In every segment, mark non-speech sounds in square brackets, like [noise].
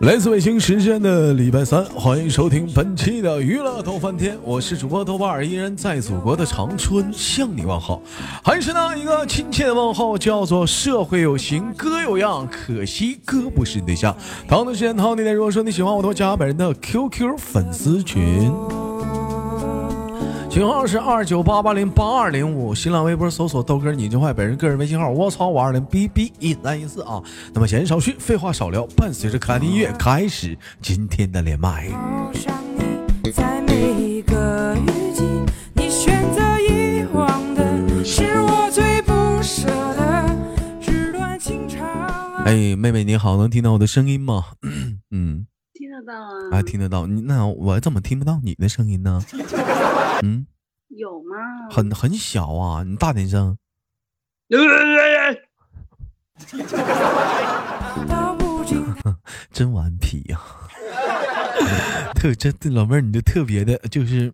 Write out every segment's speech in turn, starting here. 来自北京时间的礼拜三，欢迎收听本期的娱乐逗翻天，我是主播豆瓣儿，依然在祖国的长春向你问好，还是那一个亲切的问候，叫做社会有型哥有样，可惜哥不是你对象。同样的时间，同样的地点，如果说你喜欢我的话，加本人的 QQ 粉丝群。群号是二九八八零八二零五，新浪微博搜索豆哥儿你真坏，本人个人微信号我操五二零 b b 一三一四啊。那么闲言少叙，废话少聊，伴随着开的音乐开始今天的连麦。爱上你，在每一个雨季，你选择遗忘的是我最不舍的纸短情长。哎，妹妹你好，能听到我的声音吗？ [coughs] 嗯，听得到啊？啊，听得到。你那我怎么听不到你的声音呢？嗯，有吗？很很小啊，你大点声。道不尽真顽皮呀、 [laughs] 特真这老妹儿，你就特别的，就是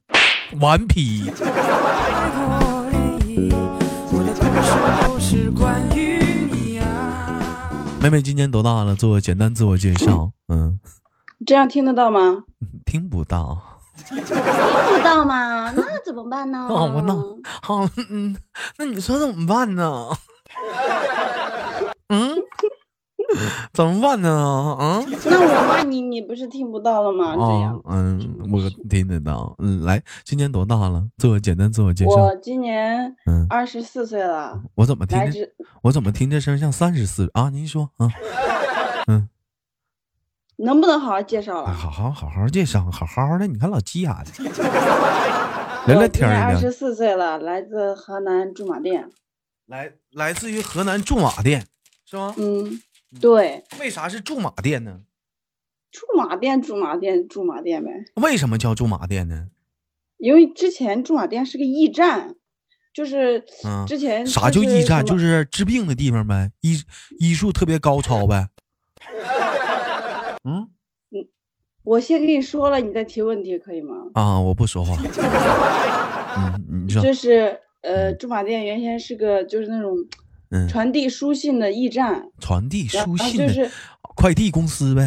顽皮。太多涟漪，我的故事都是关于你啊。妹妹今年多大了？做个简单自我介绍。嗯，这样听得到吗？听不到。听不到吗？那怎么办呢？ [laughs] 啊，我那好，嗯，那你说怎么办呢？嗯，怎么办呢？啊、嗯？那我问你，你不是听不到了吗？这啊样，，嗯，我听得到。嗯，来，今年多大了？做个简单自我介绍我。今年嗯，二十四岁了，我怎么听来着？自我怎么听这声像三十四啊？您说啊？能不能好好介绍啊，了？好好好好介绍，好好的，你看老急眼了，啊聊聊天儿二十呢。四岁了，来自河南驻马店。来，来自于河南驻马店，是吗？嗯，对，为啥是驻马店呢？驻马店，驻马店，驻马店呗。为什么叫驻马店呢？因为之前驻马店是个驿站，就是嗯之前、啥叫驿站？什么就是治病的地方呗，医医术特别高超 [laughs] 呗。嗯我先跟你说了，你再提问题可以吗？啊，我不说话。嗯，你说，就是呃，驻马店原先是个就是那种嗯，传递书信的驿站，传递然书后信啊就的、是快递公司呗。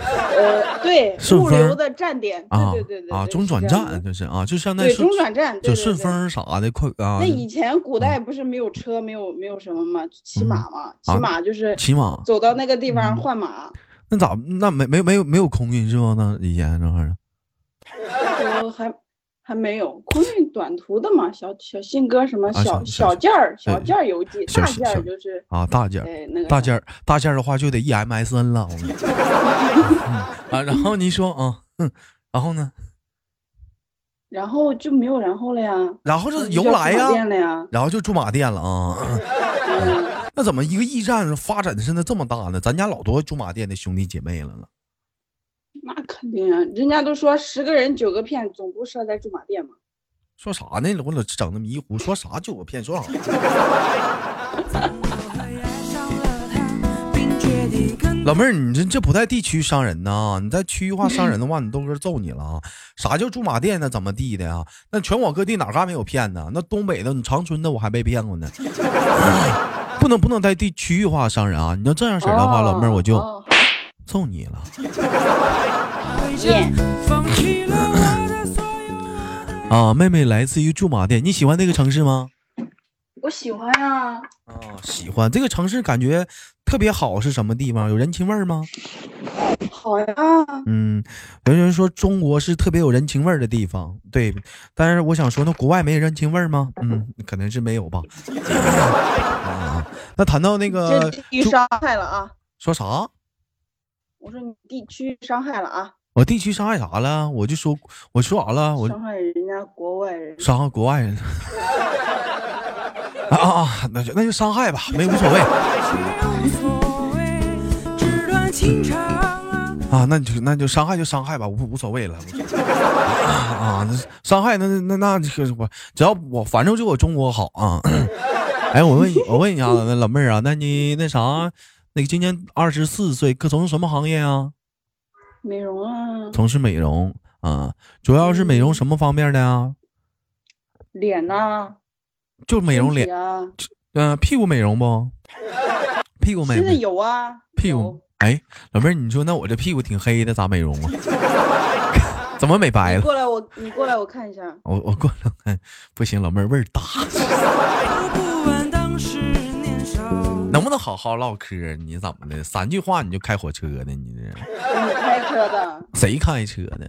呃，对，顺物流风的站点，啊对对对对啊，对中是转这样站的就是啊，就相当于对中转站，对就对顺对风儿啥的快啊。那就以前古代不是没有车，没有没有什么嘛，骑马嘛，骑啊马就是骑马走到那个地方嗯换马，那咋那没没没有没有空运是吗？那以前那玩意儿那时候还还没有空运短途的嘛，小小信鸽什么啊小小小小件儿小对件儿邮寄，小大小件小儿就是啊，大件儿哎那个大啥件儿大件儿的话就得 E EMSN 了，我 [laughs] 跟你讲嗯啊，然后你说啊，嗯，然后呢，然后就没有然后了呀，然后是就由叫来驻马呀，店了呀，然后就驻马店了 [laughs] 啊。嗯。那怎么一个驿站发展现在这么大呢？咱家老多驻马店的兄弟姐妹了呢。那肯定啊，人家都说十个人九个骗，总部设在驻马店嘛。说啥呢？我老整那么一壶，说啥酒我骗，说啥？我爱上了他，并决定跟老妹儿，你这这不在地区伤人呐？你在区域化伤人的话，你豆哥揍你了啊！啥叫驻马店呢？怎么地的呀？那全国各地哪嘎没有骗呢？那东北的、你长春的，我还被骗过呢。 [coughs] 不能不能在地区域化伤人啊！你要这样式儿的话，哦老妹儿我就哦揍你了。回家，放弃了我的所有的。啊，妹妹来自于驻马店，你喜欢这个城市吗？我喜欢啊，啊，喜欢这个城市，感觉特别好，是什么地方？有人情味儿吗？好呀，嗯，有人说中国是特别有人情味儿的地方，对。但是我想说，那国外没人情味儿吗？嗯，可能是没有吧。 [laughs] 啊，那谈到那这个地域呃中伤害了啊！说啥，我说你地区伤害了啊，我地区伤害啥了？我就说我说完了，我伤害人家国外人。伤害国外人了。 [laughs] 啊啊啊！那就那就伤害吧，没无所谓却无所谓，纸短情长啊，啊。那你就那就伤害就伤害吧，无无所谓了。 [laughs] 我觉得啊，那伤害那那那那就是我只要我反正就我中国好啊。哎，我问你，我问一下子，那老妹儿啊，那你那啥，那个今年二十四岁，可从事什么行业啊？美容啊，从事美容啊，主要是美容什么方面的呀？脸呐、就美身容体脸，呃啊，嗯、屁股美容不？屁股美现在容有啊，屁有股哎，老妹儿，你说那我这屁股挺黑的，咋美容啊？ [laughs] 怎么美白了？过来我你过来我看一下，我我过来看，不行，老妹儿味儿大，都不问当时年少。能不能好好唠嗑？啊你怎么的？三句话你就开火车呢？你这你开车的，谁开车呢？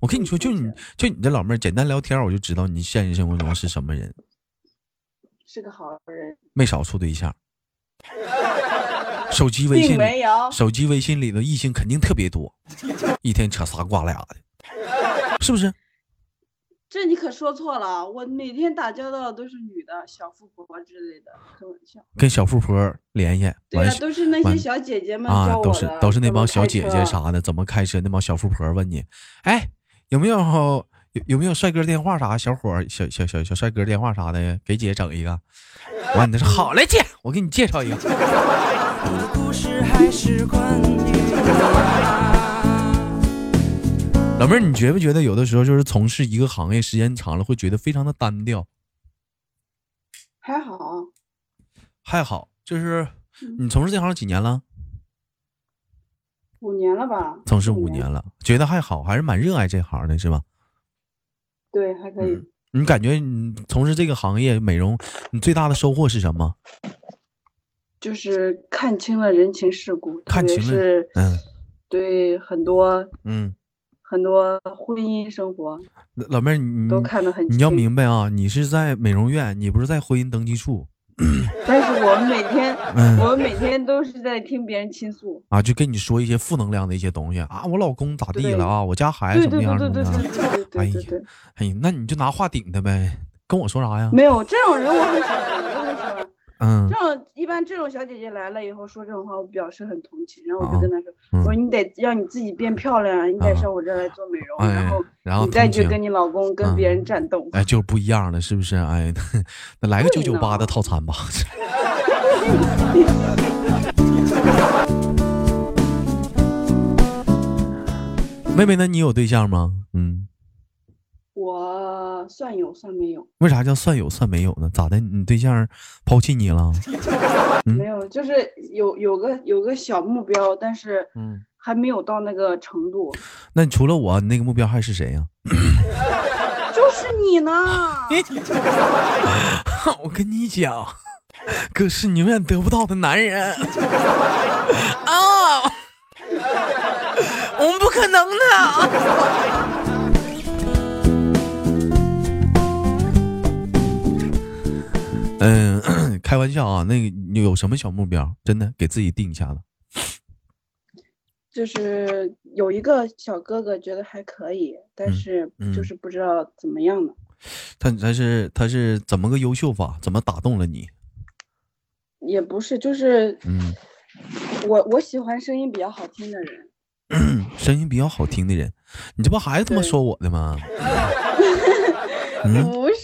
我跟你说，就你就你这老妹儿，简单聊天我就知道你现实生活中是什么人，是个好人，没少处对象。手机微并信里没有。手机微信里的异性肯定特别多，一天扯仨瓜俩的，是不是？这你可说错了，我每天打交道的都是女的，小富婆之类的，开玩笑。跟小富婆联系，对完呀、事都是那完些小姐姐们啊教，我都是的都是那怎么帮小开姐车啊姐啥的，怎么开车？那帮小富婆问你，哎，有没有有有没有帅哥电话啥？小伙儿小小小小帅哥电话啥的，给姐整一个。完，你就说好嘞，姐，我给你介绍一个。我的故事还是关于他。老妹儿，你觉不觉得有的时候就是从事一个行业时间长了，会觉得非常的单调？还好，还好，就是嗯你从事这行几年了？五年了吧？从事五年了，觉得还好，还是蛮热爱这行的，是吧？对，还可以。嗯你感觉你从事这个行业美容，你最大的收获是什么？就是看清了人情世故，特看别清了是嗯对很多嗯，很多婚姻生活老老妹儿，你都看得很嗯清。你要明白啊，你是在美容院，你不是在婚姻登记处，但是我们每天， [laughs] 嗯我们每天都是在听别人倾诉。啊，就跟你说一些负能量的一些东西啊，我老公咋地对了啊，我家孩子怎对对么样对怎对么对对样，对对哎对对呀对，哎，那你就拿话顶他呗，跟我说啥呀？没有这种人我很喜欢，我很喜欢。嗯这种一般这种小姐姐来了以后说这种话，我表示很同情，然后我啊就跟她说，我说你得让你自己变漂亮，你啊得上我这儿来做美容，哎然后然后你再同去情跟你老公跟别人战斗。哎，就是不一样了，是不是？哎，那来个九对九呢八的套餐吧。 [laughs] 妹妹，那你有对象吗？嗯，我算有算没有，为啥叫算有算没有呢？咋的？你对象抛弃你了？嗯没有就是有有个有个小目标，但是嗯，还没有到那个程度。那你除了我，你那个目标还是谁呀、 [laughs] 就是你呢，我跟你讲， [laughs] 哥是你永远得不到的男人。啊，我们不可能的。嗯， [clears throat] 开玩笑啊，那个你有什么小目标？真的给自己定一下子。就是有一个小哥哥觉得还可以，但嗯是嗯就是不知道怎么样呢。他他是他是怎么个优秀法？怎么打动了你？也不是，就是嗯，我我喜欢声音比较好听的人，声音比较好听的人，你这不还他妈对说我的吗？嗯不是，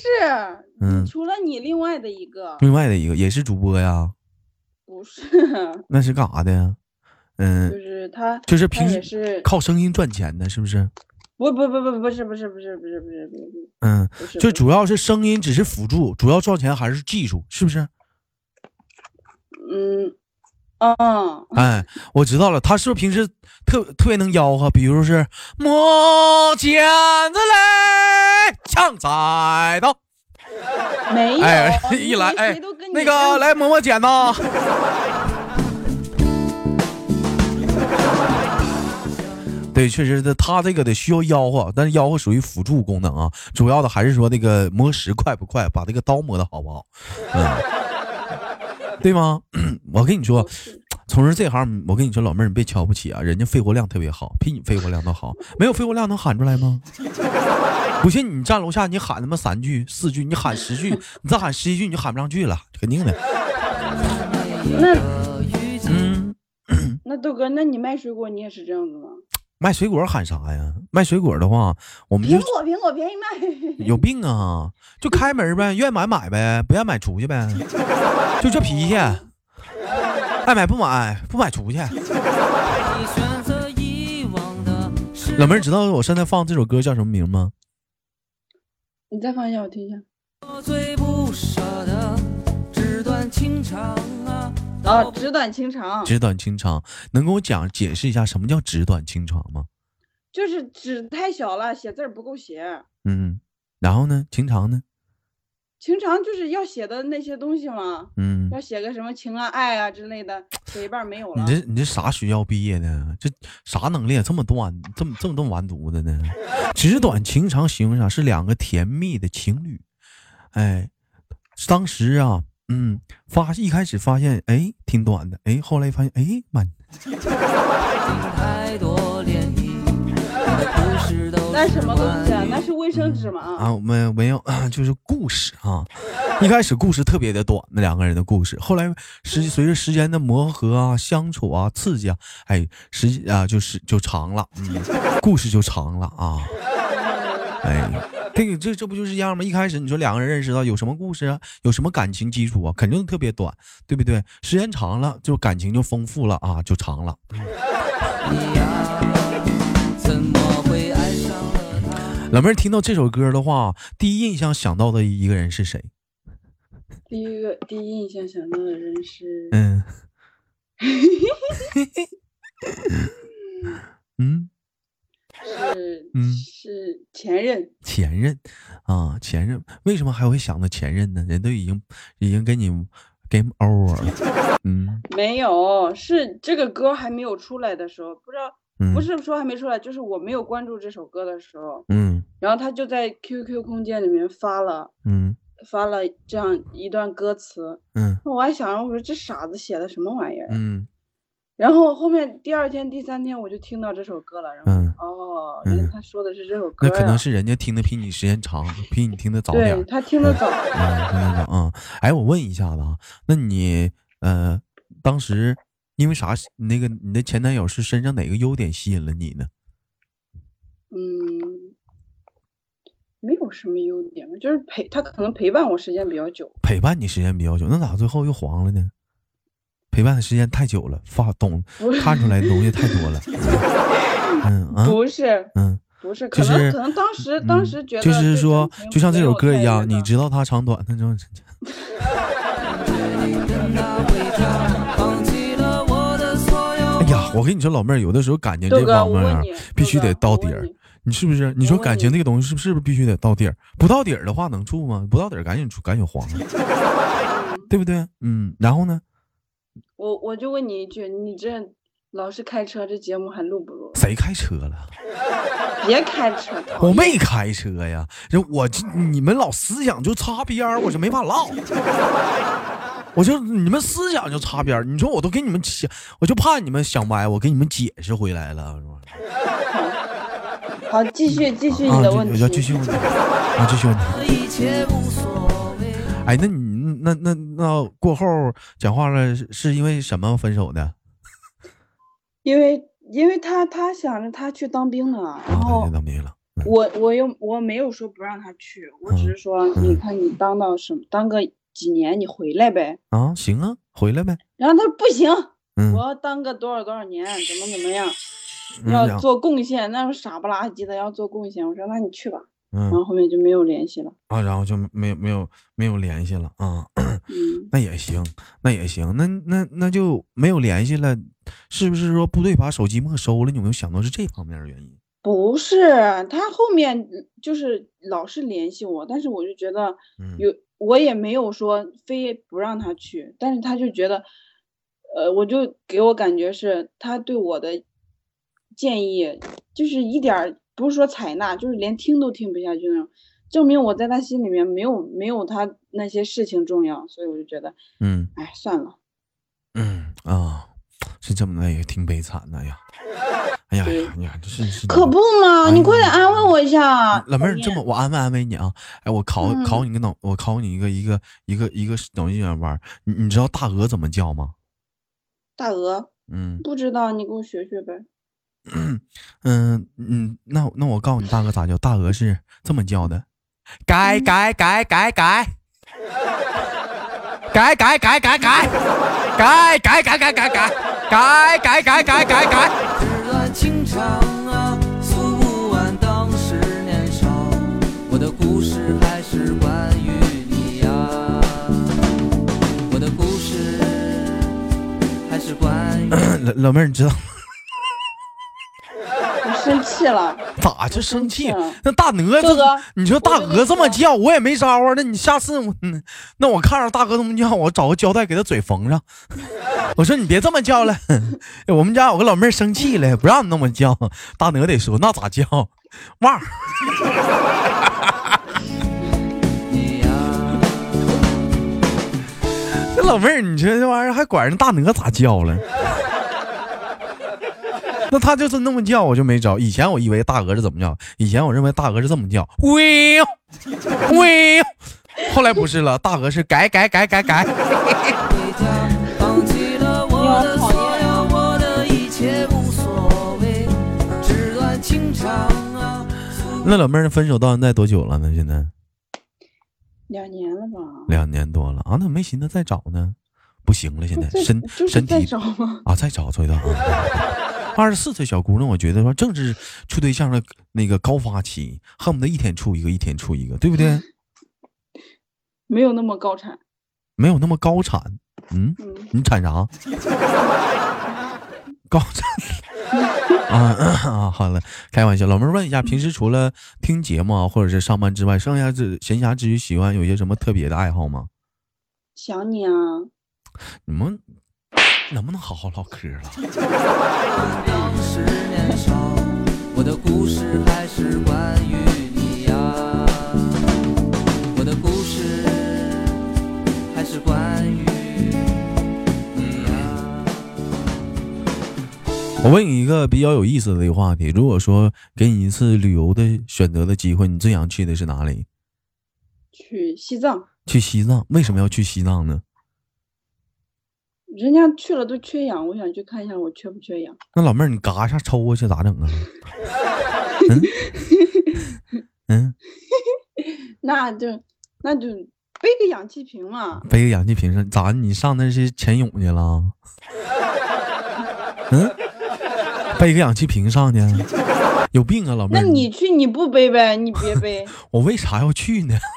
嗯，除了你另外的一个，另外的一个也是主播呀， [laughs] 不是，那是干啥的呀？嗯，就是他，就是他平也时是，靠声音赚钱的，是不是？不不不不不是不是不是不是不是不是嗯，不是，就不是主要是声音只是辅助，主要赚钱还是技术，是不是？嗯嗯，哎，我知道了，他是不是平时特特别能吆喝？比如是摸剪子嘞，抢菜刀，没有，哎，[laughs] 你一来以为哎谁都跟，那你这个样来磨磨剪子。 [laughs] 对，确实的，他这个得需要吆喝，但是吆喝属于辅助功能啊，主要的还是说那个磨石快不快，把这个刀磨的好不好，嗯，对吗？ [clears throat] 我跟你说， [clears throat] 从事这行，我跟你说，老妹儿你别瞧不起啊，人家肺活量特别好，比你肺活量都好，没有肺活量能喊出来吗？不信你站楼下，你喊他妈三句、四句，你喊十句，你再喊十一句，你就喊不上去了，肯定的。那嗯，那豆哥，那你卖水果你也是这样子吗？卖水果喊啥呀？卖水果的话，我们就苹果苹果便宜卖， [laughs] 有病啊，就开门呗，愿买买呗，不愿买出去呗，就这脾气，爱买不买，不买出去。你选择遗忘的是老妹儿知道我现在放这首歌叫什么名吗？你再放一下我听一下。我最不舍的，纸短情长啊，啊，纸短情长，纸短情长，能跟我讲解释一下什么叫纸短情长吗？就是纸太小了，写字儿不够写。嗯，然后呢，情长呢？情长就是要写的那些东西嘛，嗯，要写个什么情啊、爱啊之类的，写一半儿没有你了。这你这啥学校毕业的？这啥能力啊？这么断，这么这么这么完犊子呢？纸短情长形容啥？是两个甜蜜的情侣，哎，当时啊，嗯，发一开始发现哎挺短的，哎，后来发现哎妈，太多涟漪，故事都那什么东西啊？关于那是卫生纸嘛啊？啊，我们没有，啊就是故事啊。一开始故事特别的短，那两个人的故事，后来时随着时间的磨合啊、相处啊、刺激啊，哎，时啊就是就长了，嗯，故事就长了啊。哎，这个这这不就是这样吗？一开始你说两个人认识到有什么故事啊，有什么感情基础啊，肯定特别短，对不对？时间长了，就感情就丰富了啊，就长了。你呀，怎么会爱上了他？老妹儿听到这首歌的话，第一印象想到的一个人是谁？第一个第一印象想到的人是， [laughs] 嗯， [laughs] 嗯，是嗯是前任，前任啊，前任，为什么还会想到前任呢？人都已经已经跟你 game over 了，嗯没有，是这个歌还没有出来的时候，不知道嗯，不是说还没出来，就是我没有关注这首歌的时候，嗯然后他就在 QQ 空间里面发了嗯发了这样一段歌词，嗯我还想着我说这傻子写的什么玩意儿，嗯然后后面第二天、第三天我就听到这首歌了，然后、嗯，哦，原来嗯他说的是这首歌那呀、可能是人家听的比你时间长，比你听的早点对儿，他听得早，啊，听得早啊。哎，我问一下子啊，那你呃，当时因为啥？那个你的前男友是身上哪个优点吸引了你呢？嗯，没有什么优点，就是陪他可能陪伴我时间比较久，陪伴你时间比较久，那咋最后又黄了呢？陪伴的时间太久了，发 [laughs] 懂不是看出来的东西太多了。 [laughs] 嗯啊不是嗯，不是，就可能、是可能当时当嗯时觉得就是对说感情，就像这没首有歌太一样，那你个知道它长短， [laughs] 那就决定跟他回家，放弃了我的所有。哎呀，我跟你说，老妹儿，有的时候感情这豆哥，方我面问啊你，必豆须哥得到我底问儿你你是不是？你说问感情你这个东西是不是必须得到底儿？不到底儿的话能处吗？不到底儿赶紧处，赶紧黄了，对不对？嗯，然后呢？我我就问你一句，你这老是开车，这节目还录不录？谁开车了？别开车，讨我厌没开车呀，这我这你们老思想就擦边儿，我就没法 [laughs] 唠。我就你们思想就擦边儿，你说我都给你们想，我就怕你们想歪，我给你们解释回来了。是吧好，继续继续啊，你的问就要题。继续 [laughs] 问题啊，继续问题。一切无所谓。哎，那你那那那过后讲话了，是是因为什么分手的？因为因为他他想着他去当兵了，然啊，那后就当兵了。我我又我没有说不让他去，我只是说你嗯看你当到什么当个几年你回来呗。啊，行啊，回来呗。然后他说不行，嗯我，要当个多少多少年，怎么怎么样，嗯要然做贡献，那是傻不拉几的要做贡献。我说那你去吧，然嗯后后面就没有联系了。啊，然后就没有没有没有联系了啊。嗯，那也行，那也行，那那那就没有联系了，是不是说部队把手机没收了？你有没有想到是这方面的原因？不是，他后面就是老是联系我，但是我就觉得嗯有，我也没有说非不让他去，但是他就觉得，呃，我就给我感觉是他对我的建议就是一点儿不是说采纳，就是连听都听不下去那种，证明我在他心里面没有没有他那些事情重要，所以我就觉得，嗯哎，算了，嗯啊，是这么的，也挺悲惨的呀。哎呀哎呀哎呀，这是是可不嘛，你快点哎呀安慰我一下，老妹儿，讨这厌么我安慰安慰你啊！哎，我考、嗯考你个脑，我考你一个一个一个一个脑筋急转弯儿。你你知道大鹅怎么叫吗？大鹅嗯不知道，你给我学学呗。嗯嗯，那那我告诉你，大鹅咋叫？大鹅是这么叫的：改改改改改，改改改改改，改改改改改改，改改改改改改。纸短情长啊，诉不完当时年少。我的故事还是啊关于你呀、我的故事老老妹儿，你知道吗？我生气了，咋就生气真是？那大鹅嗯豆这哥，你说大我就跟鹅你这么说叫，我也没招啊。那你下次我，嗯，那我看着大哥这么叫，我找个胶带给他嘴缝上。 [laughs] 我说你别这么叫了， [laughs] 哎我们家有个老妹儿生气了，不让你那么叫。 [laughs] 大鹅得说那咋叫？ [laughs] 哇儿，你啊呀，这老妹儿，你说这玩意儿还管人大鹅咋叫了？ [laughs] 那他就是那么叫，我就没招。以前我以为大鹅是怎么叫，以前我认为大鹅是这么叫，喂呦喂呦，后来不是了，大鹅是改改改改改。回家，放弃了我的所有，我的一切无所谓，纸短情长啊。那老妹儿分手到现在多久了呢？现在两年了吧？两年多了啊，那没寻思再找呢？不行了，现在这身就是身在体找吗？啊，再找找一段啊。二十四岁小姑娘，我觉得说正是处对象的那个高发期，恨不得一天处一个，一天处一个，对不对？没有那么高产，没有那么高产，嗯，嗯，你产啥？高产啊啊！好了，开玩笑。老妹儿问一下，平时除了听节目啊，或者是上班之外，剩下这闲暇之余，喜欢有些什么特别的爱好吗？想你啊，你们能不能好好唠嗑了？当时年少，我的故事还是关于你呀，我的故事还是关于你呀。我问你一个比较有意思的一个话题：如果说给你一次旅游的选择的机会，你最想去的是哪里？去西藏，去西藏？为什么要去西藏呢？人家去了都缺氧，我想去看一下我缺不缺氧。那老妹儿，你嘎一下抽过去咋整啊？嗯嗯，那就那就背个氧气瓶嘛，背个氧气瓶上，咋你上那是潜泳去了？嗯，背个氧气瓶上去，有病啊，老妹那儿！你去你不背呗，你 [laughs] 别背。我为啥要去呢？ [laughs]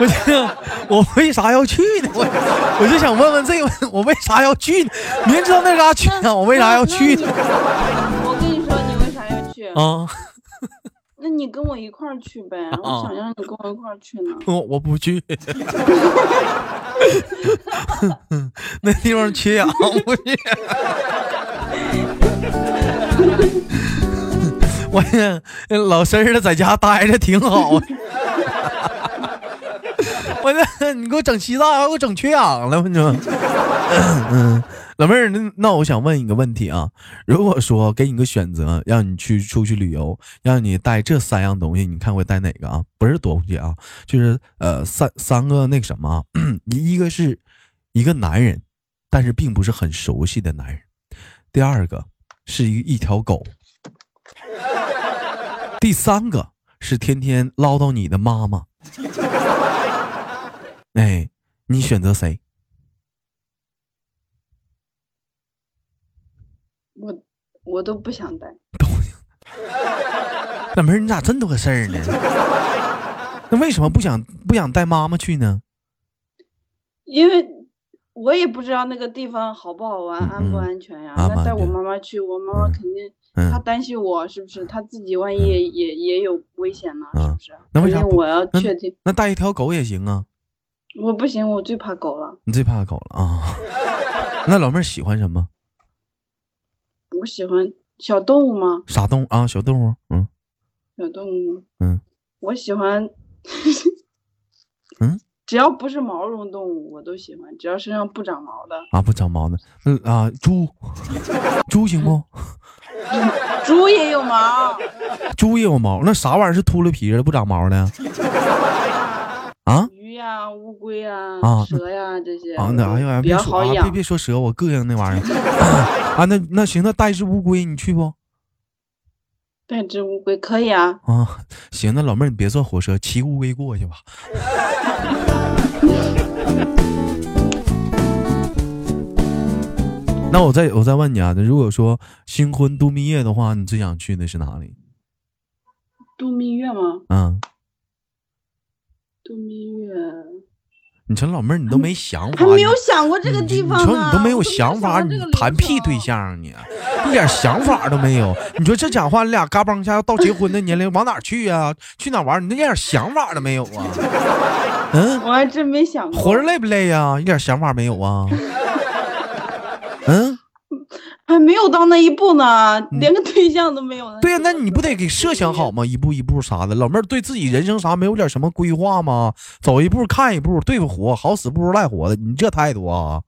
我就我为啥要去呢？我我就想问问这个，我为啥要去呢？明知道那啥去呢，我为啥要去 [laughs] 呢？ [laughs] 我跟你说，你为啥要去？啊，那你跟我一块儿去呗，哦我想让你跟我一块儿去呢。 [laughs] 我我不去，那地方缺氧，不去。 [laughs] 我呀，老实儿的在家待着挺好啊。 [laughs] 我这你给我整西藏，给我整缺氧了，你说？ [coughs] 嗯，老妹儿，那那我想问一个问题啊，如果说给你个选择，让你去出去旅游，让你带这三样东西，你看会带哪个啊？不是东西啊，就是呃三三个那个什么啊， [clears throat] 一一个是一个男人，但是并不是很熟悉的男人；第二个是一一条狗；第三个是天天唠叨你的妈妈。哎，你选择谁？我我都不想带，老妹儿，你咋真多事儿呢？ [laughs] 那为什么不想不想带妈妈去呢？因为我也不知道那个地方好不好玩，嗯安不嗯安全呀。安不那带安我全妈妈去，我妈妈嗯肯定她嗯，担心我是不是？她自己万一也也也有危险呢，是嗯不是？那为肯啥定不我要那确定，那带一条狗也行啊。我不行，我最怕狗了。你最怕狗了啊？ [laughs] 那老妹儿喜欢什么？我喜欢小动物吗？啥动物啊？小动物？嗯小动物，嗯，，我喜欢嗯， [laughs] 只要不是毛绒动物我都喜欢，只要身上不长毛的，啊，不长毛的，嗯啊，猪，猪行不？猪也有毛，猪也有毛，那啥玩意儿是秃噜皮的不长毛的？啊鱼呀、乌龟呀、啊蛇呀、这些啊，那哎呀，比别较说好啊，养。别别说蛇，我膈应那玩意儿 [coughs] 啊。那那行，那带只乌龟你去不？带只乌龟可以啊，啊，行，那老妹儿你别坐火车，骑乌龟过去吧。 [laughs] 那我再我再问你啊，那如果说新婚度蜜月的话，你最想去的是哪里？度蜜月吗？嗯，度蜜月，你成老妹儿，你都没想法，还没有想过这个地方你呢。说你都没有我想想法，过你这个谈流屁程对象啊你，一点想法都没有。你说这讲话，你俩嘎嘣一下要到结婚的年龄，往哪儿去啊？去哪儿玩儿？你那一点想法都没有啊！嗯我还真没想过，活着累不累呀、一点想法没有啊？嗯，还没有到那一步呢，连个对象都没有呢。对呀、那你 [laughs] 不得给设想好吗？一步一步啥的。老妹儿对自己人生啥没有点什么规划吗？走一步看一步，对付活，好死不如赖活的。你这态度啊？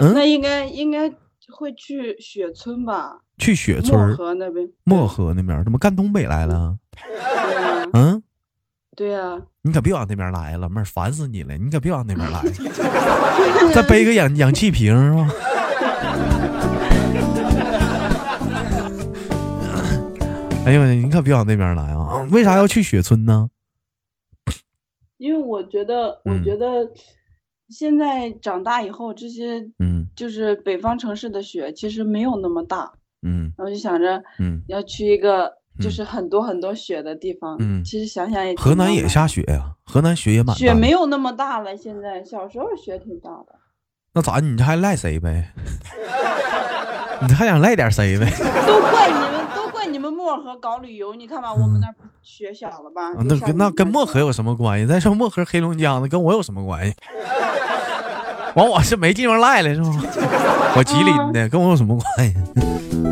嗯那应该应该会去雪村吧，去雪村漠儿、河那边。漠河那边儿，怎么干东北来了？对呀、嗯。对呀、你可别往那边来，老妹儿，烦死你了！你可别往那边来， [laughs] [laughs] 再背个氧氧气瓶是 [laughs] 吧？哎呦，你可别往那边来啊！为啥要去雪村呢？ [laughs] 因为我觉得，我嗯觉得现在长大以后，这些嗯就是北方城市的雪其实没有那么大，嗯然后就想着嗯，要去一个嗯就是很多很多雪的地方。嗯其实想想也挺河南浪也漫下雪呀、河南雪也满。雪没？有那么大了，现在小时候雪挺大的。那咋？你这还赖谁呗？ [laughs] 你这还想赖点谁呗？都怪你们，都怪你们漠河搞旅游，你看吧，我们那儿雪小了吧？嗯啊那跟跟那跟漠河有什么关系？再说漠河黑龙江的，跟我有什么关系？ [laughs] 完我是没地方赖了是 [laughs] 吗？我吉林的，跟我有什么关系？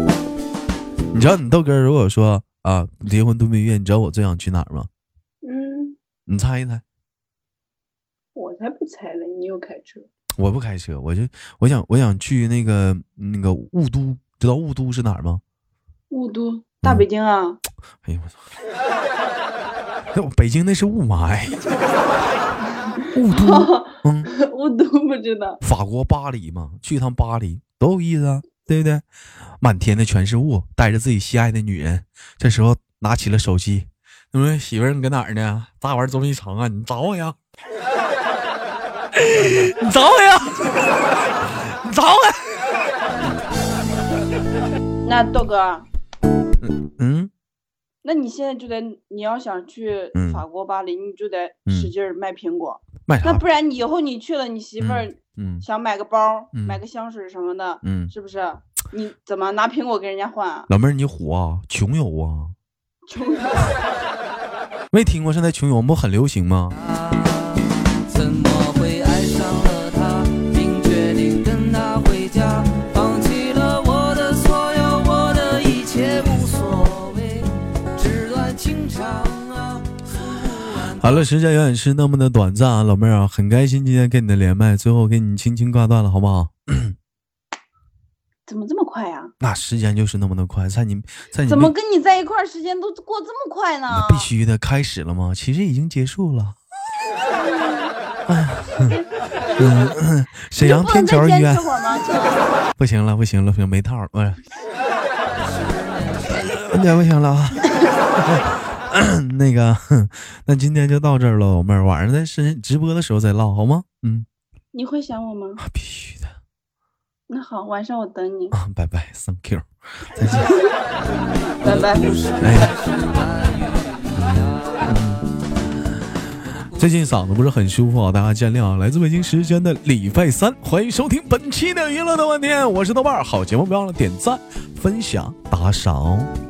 [laughs] 你知道你豆哥如果说啊离婚度蜜月，你知道我最想去哪儿吗？嗯，你猜一猜，我才不猜呢，你又开车。我不开车，我就我想我想去那个那个雾都，知道雾都是哪儿吗？雾都，嗯大北京啊，哎 [laughs] 呦我操！那我北京那是雾霾， [laughs] 雾都，嗯。 [laughs] 雾都不知道。法国巴黎嘛，去一趟巴黎多有意思啊，对不对？满天的全是雾，带着自己心爱的女人，这时候拿起了手机，你说媳妇儿你搁哪儿呢？咋玩综艺城啊？你找我呀？ [laughs] 你找我呀？你找我呀？那豆哥，啊嗯，那你现在就得，你要想去嗯法国巴黎，你就得嗯使劲儿卖苹果，卖那啥？不然你以后你去了，你媳妇儿嗯想买个包、嗯买个香水什么的，嗯，是不是？你怎么拿苹果跟人家换啊？老妹儿你虎啊，穷游啊，穷游 [laughs] 没听过现在穷游不很流行吗？怎么会爱上了他，并决定跟他回家，放弃了我的所有，我的一切无所谓，纸短情长啊。诉不完好了，时间永远是那么的短暂啊，老妹儿啊，很开心今天跟你的连麦，最后给你轻轻挂断了，好不好？怎么这么快呀、那时间就是那么的快，在你，在你怎么没跟你在一块儿时间都过这么快呢？那必须的开始了吗？其实已经结束 [laughs] 了。哎呀，嗯，嗯沈阳天桥医院这会儿吗？ [laughs] 哥不行了，不行了，不行，没套儿，哎不是，不行不行了啊。 [laughs] 那个， [laughs] 哼那今天就到这儿了，老妹儿，晚上在深直播的时候再唠好吗？嗯，你会想我吗？啊必须的那好，晚上我等你，啊，拜拜，thank you，再见。拜拜。哎呀， [laughs] 最近嗓子不是很舒服啊，大家见谅啊。来自北京时间的礼拜三，欢迎收听本期的娱乐豆瓣天，我是豆瓣儿，好节目别忘了点赞、分享、打赏哦。